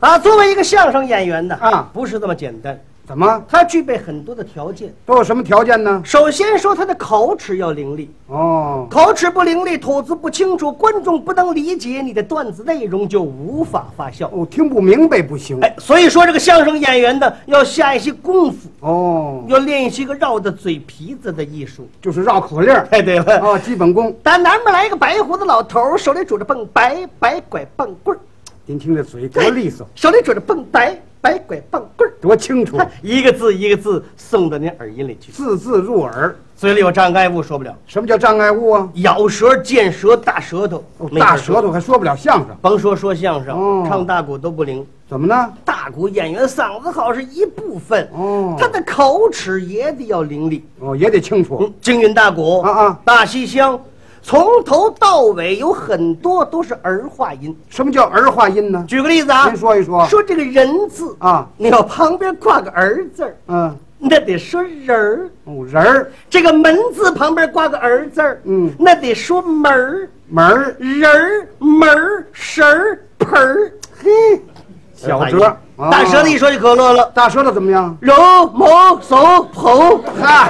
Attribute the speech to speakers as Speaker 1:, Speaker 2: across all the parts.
Speaker 1: 啊，作为一个相声演员呢，
Speaker 2: 啊
Speaker 1: 不是这么简单，
Speaker 2: 怎么
Speaker 1: 他具备很多的条件。
Speaker 2: 都有什么条件呢？
Speaker 1: 首先说他的口齿要伶俐，
Speaker 2: 哦，
Speaker 1: 口齿不伶俐，吐字不清楚，观众不能理解你的段子内容，就无法发笑。
Speaker 2: 我听不明白不行。
Speaker 1: 哎，所以说这个相声演员呢，要下一些功夫，
Speaker 2: 哦，
Speaker 1: 要练一些个绕着嘴皮子的艺术。
Speaker 2: 就是绕口令儿。
Speaker 1: 太对了，
Speaker 2: 哦，基本功。
Speaker 1: 打南边来一个白胡子老头儿，手里拄着棒白白拐棒棍儿，
Speaker 2: 您听这嘴多 利索，
Speaker 1: 手里拄着棒白白拐棒棍儿，
Speaker 2: 多清楚，
Speaker 1: 他一个字一个字送到您耳音里去，
Speaker 2: 字字入耳。
Speaker 1: 嘴里有障碍物说不了，
Speaker 2: 什么叫障碍物啊？
Speaker 1: 咬舌、见舌、大舌头
Speaker 2: 哦，
Speaker 1: 没法
Speaker 2: 大
Speaker 1: 说
Speaker 2: 舌头还说不了相声，
Speaker 1: 甭说说相声、
Speaker 2: 哦
Speaker 1: 唱大鼓都不灵。
Speaker 2: 怎么呢？
Speaker 1: 大鼓演员嗓子好是一部分，
Speaker 2: 哦
Speaker 1: 他的口齿也得要伶俐。
Speaker 2: 哦，也得清楚。
Speaker 1: 嗯，京韵大鼓
Speaker 2: 啊啊
Speaker 1: 大西厢，从头到尾有很多都是儿化音。
Speaker 2: 什么叫儿化音呢？
Speaker 1: 举个例子啊，
Speaker 2: 您说一说
Speaker 1: 说这个人字
Speaker 2: 啊，
Speaker 1: 你要旁边挂个儿字儿，
Speaker 2: 嗯，
Speaker 1: 那得说人儿；
Speaker 2: 哦，人儿
Speaker 1: 这个门字旁边挂个儿字儿，
Speaker 2: 嗯
Speaker 1: 那得说门儿。
Speaker 2: 门儿
Speaker 1: 人儿门儿神儿盆儿，嘿，
Speaker 2: 小折哦
Speaker 1: 大舌头一说就可乐了。
Speaker 2: 大舌头怎么样？
Speaker 1: 揉毛手捧，
Speaker 2: 哈，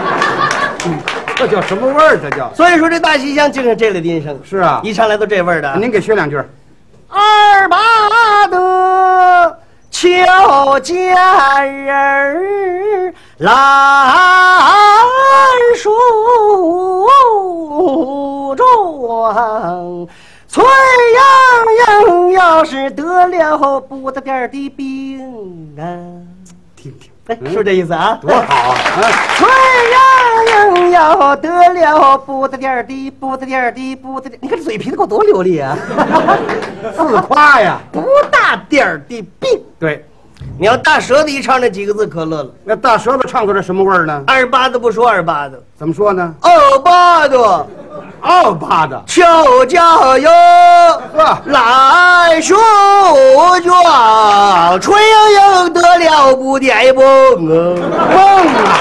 Speaker 2: 嗯这叫什么味儿？这叫
Speaker 1: 所以说这大西厢净是这类的音声，
Speaker 2: 是啊
Speaker 1: 一上来都这味儿的啊。
Speaker 2: 您给学两句儿。
Speaker 1: 二八的求佳人儿兰树中，崔莺莺要是得了不得点儿的病啊，
Speaker 2: 听听，
Speaker 1: 哎，是不是这意思啊？
Speaker 2: 多好啊！啊，
Speaker 1: 崔莺莺要得了不得点儿的不得点儿的不得点儿，你看这嘴皮子够多流利啊！
Speaker 2: 自夸呀。
Speaker 1: 不大点儿的病。
Speaker 2: 对，
Speaker 1: 你要大舌头一唱这几个字可乐了，
Speaker 2: 那大舌头唱出来什么味儿呢？
Speaker 1: 二八的不说二八的，
Speaker 2: 怎么说呢？
Speaker 1: 二八的
Speaker 2: 奥巴的，
Speaker 1: 俏佳人
Speaker 2: 呵
Speaker 1: 来书卷，崔莺莺得了不点蹦啊，
Speaker 2: 蹦啊！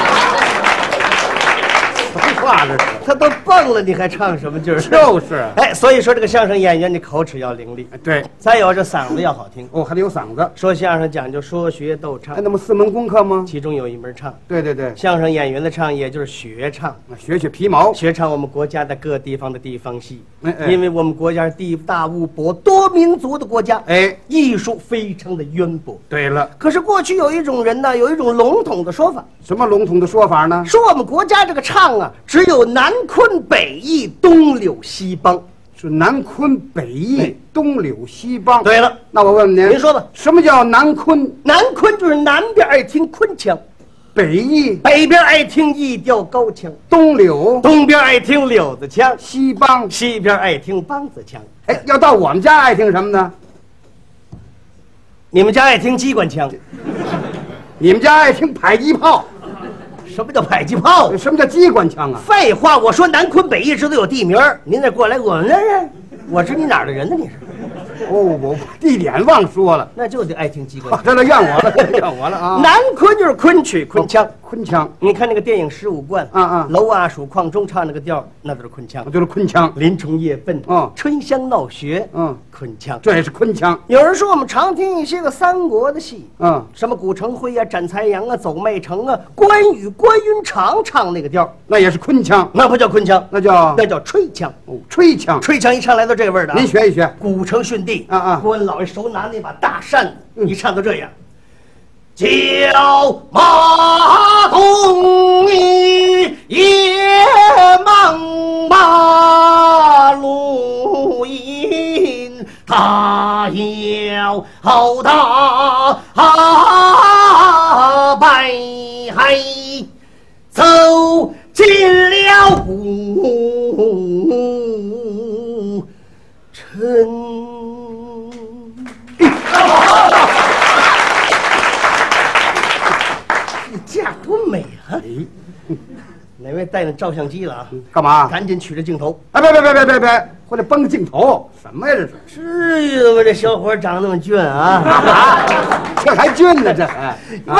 Speaker 2: 什么话这是？
Speaker 1: 他都蹦了，你还唱什么劲儿？
Speaker 2: 就是，
Speaker 1: 哎，所以说这个相声演员，你口齿要伶俐，
Speaker 2: 对，
Speaker 1: 再有这嗓子要好听。
Speaker 2: 哦，还得有嗓子。
Speaker 1: 说相声讲究说学逗
Speaker 2: 哎，
Speaker 1: 唱，
Speaker 2: 那么四门功课吗？
Speaker 1: 其中有一门唱，
Speaker 2: 对对对，
Speaker 1: 相声演员的唱也就是学唱。
Speaker 2: 学学皮毛。
Speaker 1: 学唱我们国家的各地方的地方戏
Speaker 2: 哎哎，
Speaker 1: 因为我们国家是地大物博、多民族的国家，
Speaker 2: 哎，
Speaker 1: 艺术非常的渊博。
Speaker 2: 对了，
Speaker 1: 可是过去有一种人呢，有一种笼统的说法，
Speaker 2: 什么笼统的说法呢？
Speaker 1: 说我们国家这个唱啊，只有南昆北弋、东柳西梆。
Speaker 2: 是南昆北弋，东柳西梆。
Speaker 1: 对了，
Speaker 2: 那我问问哎您，
Speaker 1: 您说吧，
Speaker 2: 什么叫南昆
Speaker 1: 南昆就是南边爱听昆腔，
Speaker 2: 北弋，
Speaker 1: 北边爱听弋调高腔，
Speaker 2: 东柳
Speaker 1: 东边爱听柳子腔，
Speaker 2: 西梆？
Speaker 1: 西边爱听梆子腔。
Speaker 2: 哎，要到我们家爱听什么呢？
Speaker 1: 你们家爱听机关枪？
Speaker 2: 你们家爱听迫击炮？
Speaker 1: 什么叫迫击炮？
Speaker 2: 什么叫机关枪啊？
Speaker 1: 废话，我说南昆北一直都有地名儿，您再过来，我那人，我是你哪儿的人呢？你是，
Speaker 2: 哦，我地点忘说了，
Speaker 1: 那就得爱听机
Speaker 2: 啊
Speaker 1: 关。
Speaker 2: 这了怨 我了，怨我了啊！
Speaker 1: 南昆就是昆曲、昆腔。
Speaker 2: 昆腔，
Speaker 1: 你看那个电影《十五贯》，
Speaker 2: 嗯嗯
Speaker 1: 楼啊属矿中唱那个调儿，那都是昆腔
Speaker 2: 我。就是昆腔，
Speaker 1: 林冲夜奔，
Speaker 2: 嗯
Speaker 1: 春香闹学，
Speaker 2: 嗯，
Speaker 1: 昆腔。
Speaker 2: 这也是昆腔，
Speaker 1: 有人说我们常听一些个三国的戏，
Speaker 2: 嗯，
Speaker 1: 什么古城辉啊、斩才阳啊、走麦城啊、关羽、关云长唱那个调儿，
Speaker 2: 那也是昆腔，
Speaker 1: 那不叫昆腔，
Speaker 2: 那叫
Speaker 1: 那叫吹腔。
Speaker 2: 哦吹腔。
Speaker 1: 吹腔一唱来都这味儿的啊。
Speaker 2: 您学一学，
Speaker 1: 古城训地
Speaker 2: 啊啊嗯
Speaker 1: 关老爷手拿那把大扇子，一唱到这样，叫马童野忙马路引，他要打白黑。走进了古城。哎你这样多美啊！哪位带着照相机了啊？
Speaker 2: 干嘛？
Speaker 1: 赶紧取着镜头。
Speaker 2: 哎，别别别别别别，回来崩镜头，什么呀这是？
Speaker 1: 至于吗？这小伙长那么俊啊！
Speaker 2: 这还俊呢，这 还、啊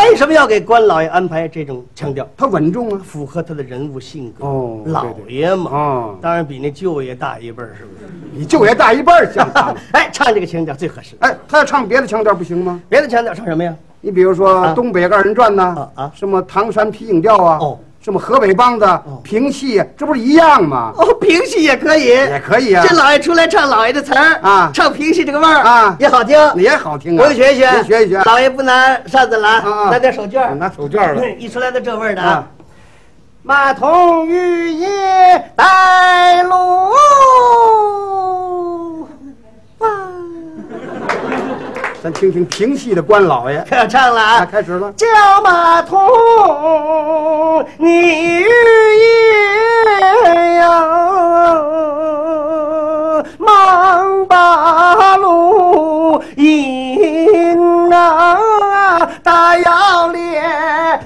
Speaker 1: 为什么要给关老爷安排这种腔调？
Speaker 2: 他稳重啊。
Speaker 1: 符合他的人物性格。
Speaker 2: 哦
Speaker 1: 老爷嘛，
Speaker 2: 哦
Speaker 1: 当然比那舅爷大一辈儿，是不 是？
Speaker 2: 你舅爷大一半儿像他们。
Speaker 1: 哎，唱这个腔调最合适。
Speaker 2: 哎，他要唱别的腔调不行吗？
Speaker 1: 别的腔调唱什么呀？
Speaker 2: 你比如说
Speaker 1: 啊
Speaker 2: 《东北二人转》呐
Speaker 1: 啊，啊
Speaker 2: 什么《唐山皮影调》啊，
Speaker 1: 哦，
Speaker 2: 什么河北梆子、评戏，啊这不是一样吗？
Speaker 1: 哦，评戏也可以，
Speaker 2: 也可以啊
Speaker 1: 这老爷出来唱老爷的词儿
Speaker 2: 啊
Speaker 1: 唱评戏这个味儿
Speaker 2: 啊
Speaker 1: 也好听。
Speaker 2: 那也好听啊，
Speaker 1: 我也学一学，
Speaker 2: 你学一学。
Speaker 1: 老爷不拿扇子了，
Speaker 2: 啊啊
Speaker 1: 拿点手绢
Speaker 2: 我
Speaker 1: 儿。嗯
Speaker 2: 拿手绢了。
Speaker 1: 一出来都这味儿的
Speaker 2: 啊
Speaker 1: 啊！马童玉液带路， 哇！
Speaker 2: 咱听听评戏的关老爷，
Speaker 1: 可唱了
Speaker 2: 那
Speaker 1: 啊！
Speaker 2: 开始了。
Speaker 1: 叫马童，你日夜呀忙把路引啊，大摇脸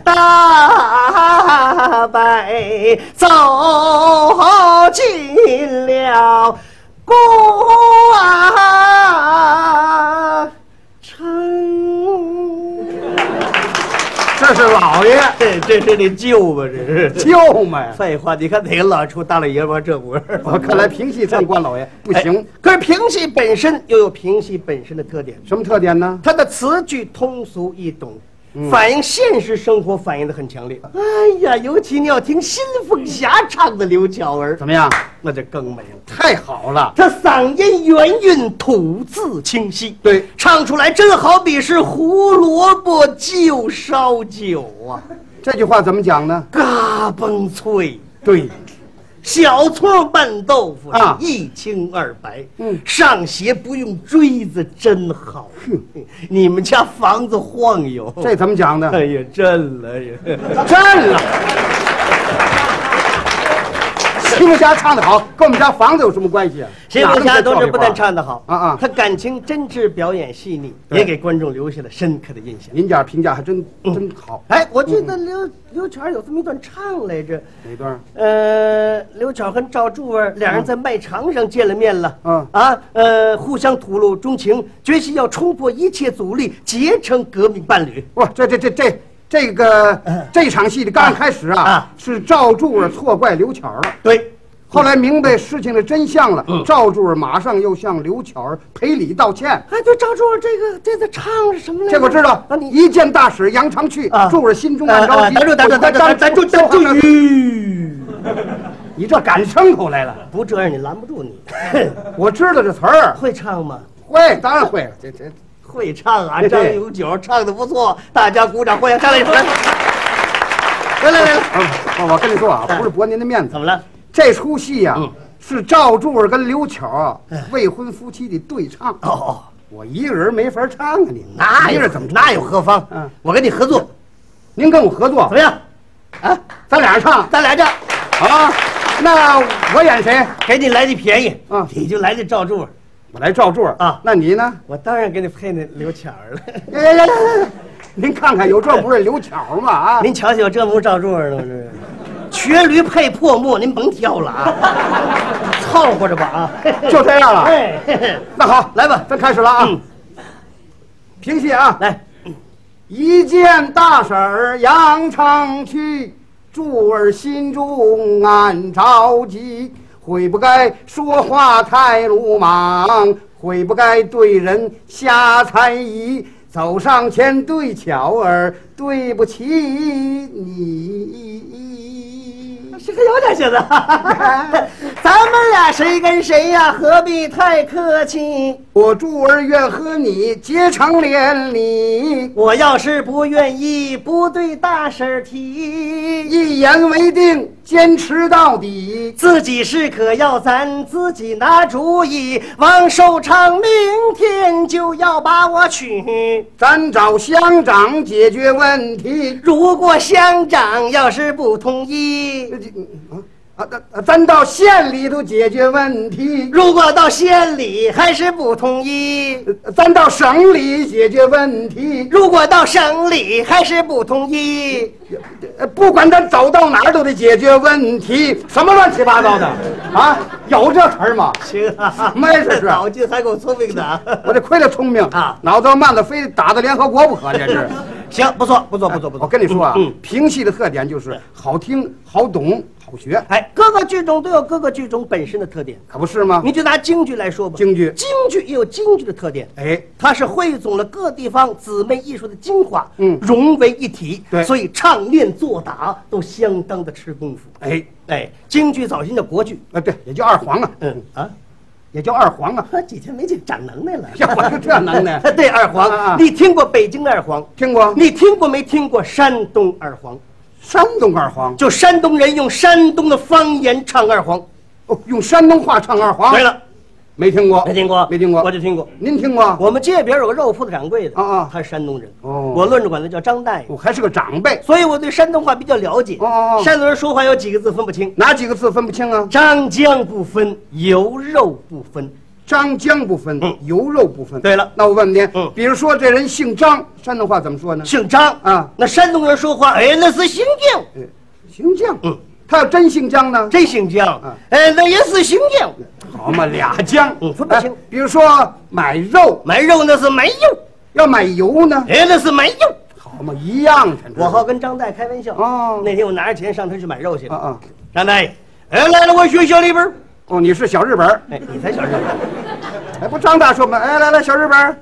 Speaker 1: 大摆走进了宫啊城。
Speaker 2: 这是老爷
Speaker 1: 这这是你舅吧？这是
Speaker 2: 舅嘛呀！
Speaker 1: 废话，你看哪个老出大老爷们儿这模样？
Speaker 2: 我看来评戏唱关老爷不
Speaker 1: 哎
Speaker 2: 行，
Speaker 1: 可是评戏本身又有评戏本身的特点，
Speaker 2: 什么特点呢？
Speaker 1: 它的词句通俗易懂。
Speaker 2: 嗯
Speaker 1: 反映现实生活，反映的很强烈。哎呀，尤其你要听新凤霞唱的刘巧儿，
Speaker 2: 怎么样？
Speaker 1: 那就更美了。
Speaker 2: 太好了！
Speaker 1: 她嗓音圆润，吐字清晰，
Speaker 2: 对，
Speaker 1: 唱出来真好比是胡萝卜就烧酒啊，
Speaker 2: 这句话怎么讲呢？
Speaker 1: 嘎嘣脆。
Speaker 2: 对，
Speaker 1: 小葱拌豆腐
Speaker 2: 啊
Speaker 1: 一清二白。
Speaker 2: 嗯
Speaker 1: 上学不用锥子真好。 你们家房子晃悠，
Speaker 2: 这怎么讲 呢？
Speaker 1: 哎呀，震了 呀！
Speaker 2: 占了。新凤霞唱的好，跟我们家房子有什么关系啊？
Speaker 1: 新凤
Speaker 2: 哪
Speaker 1: 霞
Speaker 2: 那么
Speaker 1: 同
Speaker 2: 多
Speaker 1: 志不但
Speaker 2: 俏皮话，
Speaker 1: 唱得好
Speaker 2: 啊啊
Speaker 1: 她感情真挚，表演细腻，
Speaker 2: 对
Speaker 1: 也给观众留下了深刻的印象。
Speaker 2: 您家评价还真真好。
Speaker 1: 哎，我记得刘刘全有这么一段唱来着，
Speaker 2: 哪段？
Speaker 1: 呃，刘巧跟赵柱儿两人在麦场上见了面了。
Speaker 2: 嗯
Speaker 1: 啊，呃，互相吐露衷情，决心要冲破一切阻力，结成革命伴侣。
Speaker 2: 哇，这这这这这个这场戏的刚开始嗯啊嗯
Speaker 1: 啊，
Speaker 2: 是赵柱儿错怪刘巧儿了。
Speaker 1: 对，
Speaker 2: 后来明白事情的真相了，赵柱儿马上又向刘巧儿赔礼道歉。
Speaker 1: 哎，对，赵柱儿这个这个唱是什么来着？
Speaker 2: 这个我知道
Speaker 1: 啊，，你
Speaker 2: 一见大使扬长去
Speaker 1: 啊，
Speaker 2: 柱儿心中暗着急。
Speaker 1: 打住打住打住打住打住打住！
Speaker 2: 你这赶牲口来了，
Speaker 1: 不这样你拦不住你。
Speaker 2: 我知道这词儿，
Speaker 1: 会唱吗？
Speaker 2: 会当然会了，这这。
Speaker 1: 会唱啊，
Speaker 2: 对
Speaker 1: 张永久唱的不错，大家鼓掌欢迎张来来来来来，
Speaker 2: 啊，我跟你说啊，不是驳您的面子
Speaker 1: 怎，么了？
Speaker 2: 这出戏呀、
Speaker 1: 嗯
Speaker 2: 是赵柱儿跟刘巧儿啊未婚夫妻的对唱，
Speaker 1: 哦哦。
Speaker 2: 我一个人没法唱啊，你
Speaker 1: 那
Speaker 2: 一个
Speaker 1: 有
Speaker 2: 人怎么？
Speaker 1: 那有何方？
Speaker 2: 嗯
Speaker 1: 我跟你合作，
Speaker 2: 您跟我合作
Speaker 1: 怎么样？
Speaker 2: 啊，咱俩人唱
Speaker 1: 咱俩这样
Speaker 2: 啊，那我演谁？
Speaker 1: 给你来的便宜，
Speaker 2: 嗯
Speaker 1: 你就来这赵柱儿，
Speaker 2: 我来赵柱儿
Speaker 1: 啊
Speaker 2: 那你呢？
Speaker 1: 我当然给你配那刘巧儿了。
Speaker 2: 哎呀呀呀呀！您看看，有这不是刘巧儿吗？啊，
Speaker 1: 您瞧瞧，这不是赵柱儿了吗？这 是瘸驴配破木，您甭挑了 啊，凑合着吧啊，
Speaker 2: 就这样了。
Speaker 1: 哎，嘿嘿
Speaker 2: 那好，
Speaker 1: 来吧
Speaker 2: 咱开始了啊
Speaker 1: 嗯。
Speaker 2: 评戏啊，
Speaker 1: 来，
Speaker 2: 一见大婶儿扬长去，柱儿心中暗着急，悔不该说话太鲁莽，悔不该对人瞎猜疑。走上前对巧儿，对不起你。
Speaker 1: 这个有点现在， 咱们俩谁跟谁呀、何必太客气？
Speaker 2: 我柱儿愿和你结成连理，
Speaker 1: 我要是不愿意，不对大婶儿提。
Speaker 2: 一言为定，坚持到底。
Speaker 1: 自己是可要咱自己拿主意。王寿昌明天就要把我娶，
Speaker 2: 咱找乡长解决问题。
Speaker 1: 如果乡长要是不同意，
Speaker 2: 这这啊啊，咱咱到县里头解决问题，
Speaker 1: 如果到县里还是不同意，
Speaker 2: 呃咱到省里解决问题。
Speaker 1: 如果到省里还是不同意，
Speaker 2: 呃不管咱走到哪儿都得解决问题，什么乱七八糟的啊？有这词儿吗？
Speaker 1: 行啊，
Speaker 2: 那是是
Speaker 1: 脑筋还够聪明的啊。
Speaker 2: 我得亏了聪明
Speaker 1: 啊
Speaker 2: 脑子慢的非打到联合国不可，这 是。
Speaker 1: 行，不错，不错，不错，不错。
Speaker 2: 我跟你说啊
Speaker 1: 嗯，，
Speaker 2: 评戏的特点就是好听、好懂、好学，
Speaker 1: 哎，各个剧种都有各个剧种本身的特点。
Speaker 2: 可不是吗？
Speaker 1: 你就拿京剧来说吧，
Speaker 2: 京剧
Speaker 1: 京剧也有京剧的特点，
Speaker 2: 哎，
Speaker 1: 它是汇总了各地方姊妹艺术的精华，
Speaker 2: 嗯
Speaker 1: 融为一体。
Speaker 2: 对
Speaker 1: 所以唱念做打都相当的吃功夫。
Speaker 2: 哎，
Speaker 1: 哎，京剧早先叫国剧，
Speaker 2: 啊对，也叫二黄啊，
Speaker 1: 嗯啊，
Speaker 2: 也叫二黄啊。
Speaker 1: 几天没见长能耐 了。
Speaker 2: 呀，我就这能耐，
Speaker 1: 对，二
Speaker 2: 啊啊
Speaker 1: 黄，你听过北京的二黄？
Speaker 2: 听过
Speaker 1: 你听过没听过山东二黄？
Speaker 2: 山东二黄，
Speaker 1: 就山东人用山东的方言唱二黄。
Speaker 2: 哦，用山东话唱二黄。
Speaker 1: 对，了，
Speaker 2: 没听过，
Speaker 1: 啊没听过？
Speaker 2: 没听过。
Speaker 1: 我就听过。
Speaker 2: 您听过？
Speaker 1: 我们街边有个肉铺的掌柜的，
Speaker 2: 啊啊
Speaker 1: 他是山东人，
Speaker 2: 哦
Speaker 1: 我论着管他叫张大爷，
Speaker 2: 我还是个长辈，
Speaker 1: 所以我对山东话比较了解。
Speaker 2: 哦哦哦
Speaker 1: 山东人说话有几个字分不清，
Speaker 2: 哪几个字分不清啊？
Speaker 1: 张江不分，油肉不分。
Speaker 2: 张江不分
Speaker 1: 嗯，
Speaker 2: 油肉不分。
Speaker 1: 对了
Speaker 2: 那我问您
Speaker 1: 嗯，
Speaker 2: 比如说这人姓张，山东话怎么说呢？
Speaker 1: 姓张
Speaker 2: 啊
Speaker 1: 那山东人说话，哎，那是姓江，
Speaker 2: 哎姓江。
Speaker 1: 嗯，
Speaker 2: 他要真姓江呢？
Speaker 1: 真姓江
Speaker 2: 啊，
Speaker 1: 哎，那也是姓江。
Speaker 2: 好嘛，俩江
Speaker 1: 嗯分不清
Speaker 2: 哎比如说买肉
Speaker 1: 买肉那是买肉，
Speaker 2: 要买油呢，
Speaker 1: 哎，那是买肉。
Speaker 2: 好嘛，一样的。
Speaker 1: 我好跟张大爷开玩笑。
Speaker 2: 哦
Speaker 1: 那天我拿着钱上他去买肉去
Speaker 2: 啊
Speaker 1: 了。
Speaker 2: 啊，
Speaker 1: 张大爷，哎，来了，我学校里边儿。
Speaker 2: 哦，你是小日本儿？
Speaker 1: 哎，你才小日本儿，
Speaker 2: 哎，不张大说吗？哎，来来，小日本儿，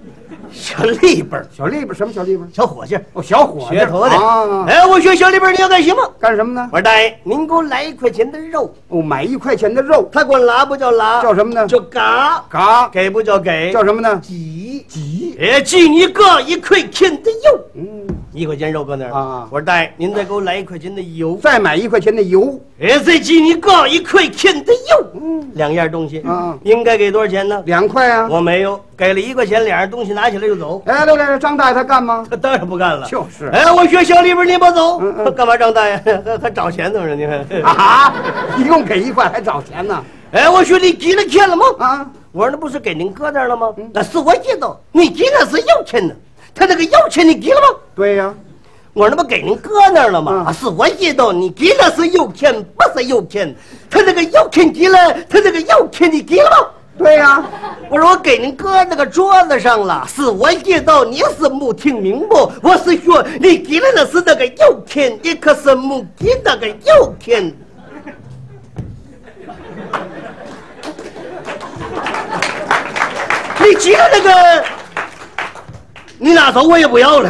Speaker 1: 小里边儿，
Speaker 2: 小日本儿什么小日本儿？
Speaker 1: 小伙计儿。
Speaker 2: 哦，小伙子
Speaker 1: 学徒的。
Speaker 2: 啊，
Speaker 1: 哎，我学校里边你要干什么？
Speaker 2: 干什么呢
Speaker 1: 我？说大爷，您给我来一块钱的肉。
Speaker 2: 哦，买一块钱的肉，
Speaker 1: 他管拉不叫拉，
Speaker 2: 叫什么呢
Speaker 1: 叫嘎。
Speaker 2: 嘎，
Speaker 1: 给不叫给，
Speaker 2: 叫什么呢？
Speaker 1: 挤。
Speaker 2: 挤，
Speaker 1: 哎，挤你个一块钱的肉，
Speaker 2: 嗯，
Speaker 1: 一块钱肉搁那儿
Speaker 2: 啊
Speaker 1: 我说大爷，您再给我来一块钱的油。
Speaker 2: 再买一块钱的油，
Speaker 1: 哎，再挤你个一块钱的油。嗯，两样东西，
Speaker 2: 啊
Speaker 1: 应该给多少钱呢？
Speaker 2: 两块啊。
Speaker 1: 我没有，给了一块钱，两样东西拿起来就走。
Speaker 2: 哎，来来来，张大爷他干吗？
Speaker 1: 他当然不干了，
Speaker 2: 就是
Speaker 1: 哎，我学校里边你不走
Speaker 2: 嗯，嗯
Speaker 1: 干嘛张大爷还还找钱怎么着？你看，
Speaker 2: 啊，一共给一块还找钱呢？
Speaker 1: 哎，我说你给了钱了吗？
Speaker 2: 啊，
Speaker 1: 我说那不是给您搁那儿了吗？那是我给的，你给那是要钱的，他那个要钱你给了吗？
Speaker 2: 对呀、
Speaker 1: 我说那不给您搁那儿了吗
Speaker 2: 嗯？
Speaker 1: 啊，是我给的，你给那是要钱，不是要钱，他那个要钱给了，他那个要钱你给了吗？
Speaker 2: 对呀、
Speaker 1: 我说我给您搁那个桌子上了，是我知道你是没听明白，我是说你给了的是那个药钱，你可是没给那个药钱。 你给了那个，你拿走我也不要了。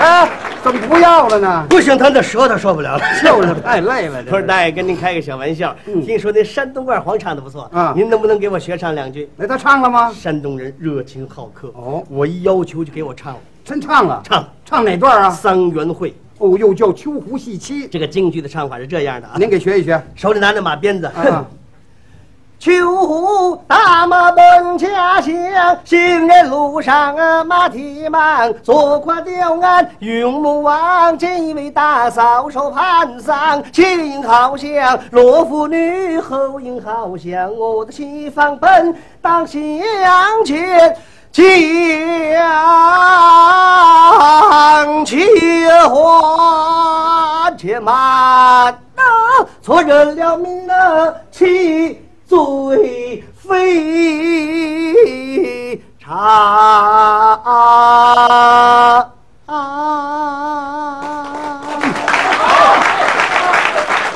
Speaker 2: 哎，怎么不要了呢？
Speaker 1: 不行，他的舌头受不了了。
Speaker 2: 就是太累了，
Speaker 1: 不
Speaker 2: 这
Speaker 1: 是，
Speaker 2: 是。
Speaker 1: 大爷跟您开个小玩笑，听说那山东二黄唱的不错，
Speaker 2: 嗯啊
Speaker 1: 您能不能给我学唱两句？
Speaker 2: 哎，他唱了吗？
Speaker 1: 山东人热情好客
Speaker 2: 哦
Speaker 1: 我一要求就给我唱
Speaker 2: 真唱了。
Speaker 1: 唱
Speaker 2: 唱哪段啊？
Speaker 1: 桑园会。
Speaker 2: 哦，又叫秋胡戏妻，
Speaker 1: 这个京剧的唱法是这样的啊，
Speaker 2: 您给学 一学。
Speaker 1: 手里拿着马鞭子，
Speaker 2: 啊，
Speaker 1: 秋胡大马奔家乡，行人路上啊马蹄忙，左跨吊鞍云母王，这一位大嫂手盘桑，前迎好像罗妇女，后迎好像我的西方奔，当向前。将起花且慢呐，错认了命啊，气醉非常。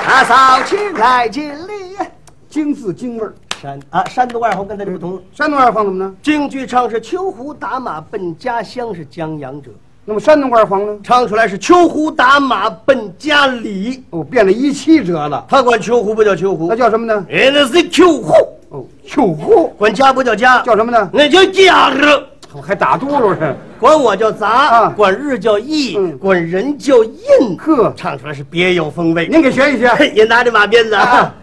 Speaker 1: 大嫂起来尽力。
Speaker 2: 京字京味儿。
Speaker 1: 山啊，山东二黄跟他就不同。
Speaker 2: 山东二黄怎么呢？
Speaker 1: 京剧唱是秋胡打马奔家乡，是江洋者。
Speaker 2: 那么山东二黄呢？
Speaker 1: 唱出来是秋胡打马奔家里，
Speaker 2: 哦，变了一七折了，
Speaker 1: 他管秋胡不叫秋胡
Speaker 2: 那，叫什么呢？
Speaker 1: 哎，那是秋胡，
Speaker 2: 哦，秋胡
Speaker 1: 管家不叫家，
Speaker 2: 叫什么呢？
Speaker 1: 那叫家了。
Speaker 2: 我还打嘟噜呢。
Speaker 1: 管我叫杂，
Speaker 2: 啊
Speaker 1: 管日叫义
Speaker 2: 嗯，
Speaker 1: 管人叫印，
Speaker 2: 呵
Speaker 1: 唱出来是别有风味。
Speaker 2: 您给学一学。
Speaker 1: 也拿着马鞭子啊
Speaker 2: 啊。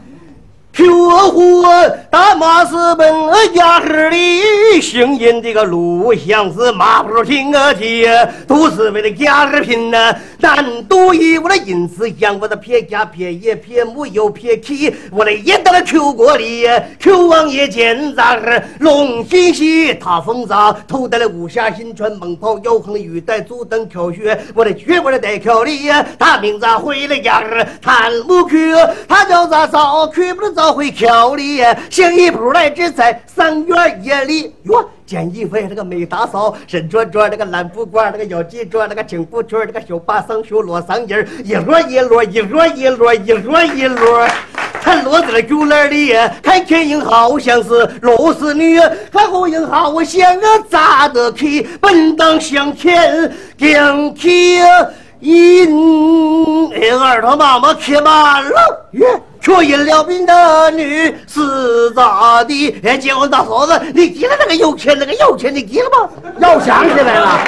Speaker 1: 秋胡打马是奔家里，声音这个鲁相思马不如听个听，独自为了家人拼呐，难独一我的因此想我的撇家撇业撇木又撇妻，我的也到了秋国里，Q 王爷见咱龙心西塔风早，头戴了五下新穿猛袍，腰横雨带足蹬挑靴，我的瘸我的带挑里，他名字回了家，他不去，他叫咱早去不了早回挑里，行一步来只在三院夜里哟。简易飞那个美打扫，沈砖砖那个懒布褂，那个咬金砖，那个紧布圈，那个小巴桑手裸桑人，一摞一摞，一摞一摞，一摞一摞。看骡子的猪栏里，看天影好像是老是女，看后影好像个咋的去，奔当向前，向前。一耳朵妈妈开满了，却饮了兵的女是咋的？哎，结婚大嫂子，你急了那个有钱那个有钱，你急了吗？
Speaker 2: 又想起来了。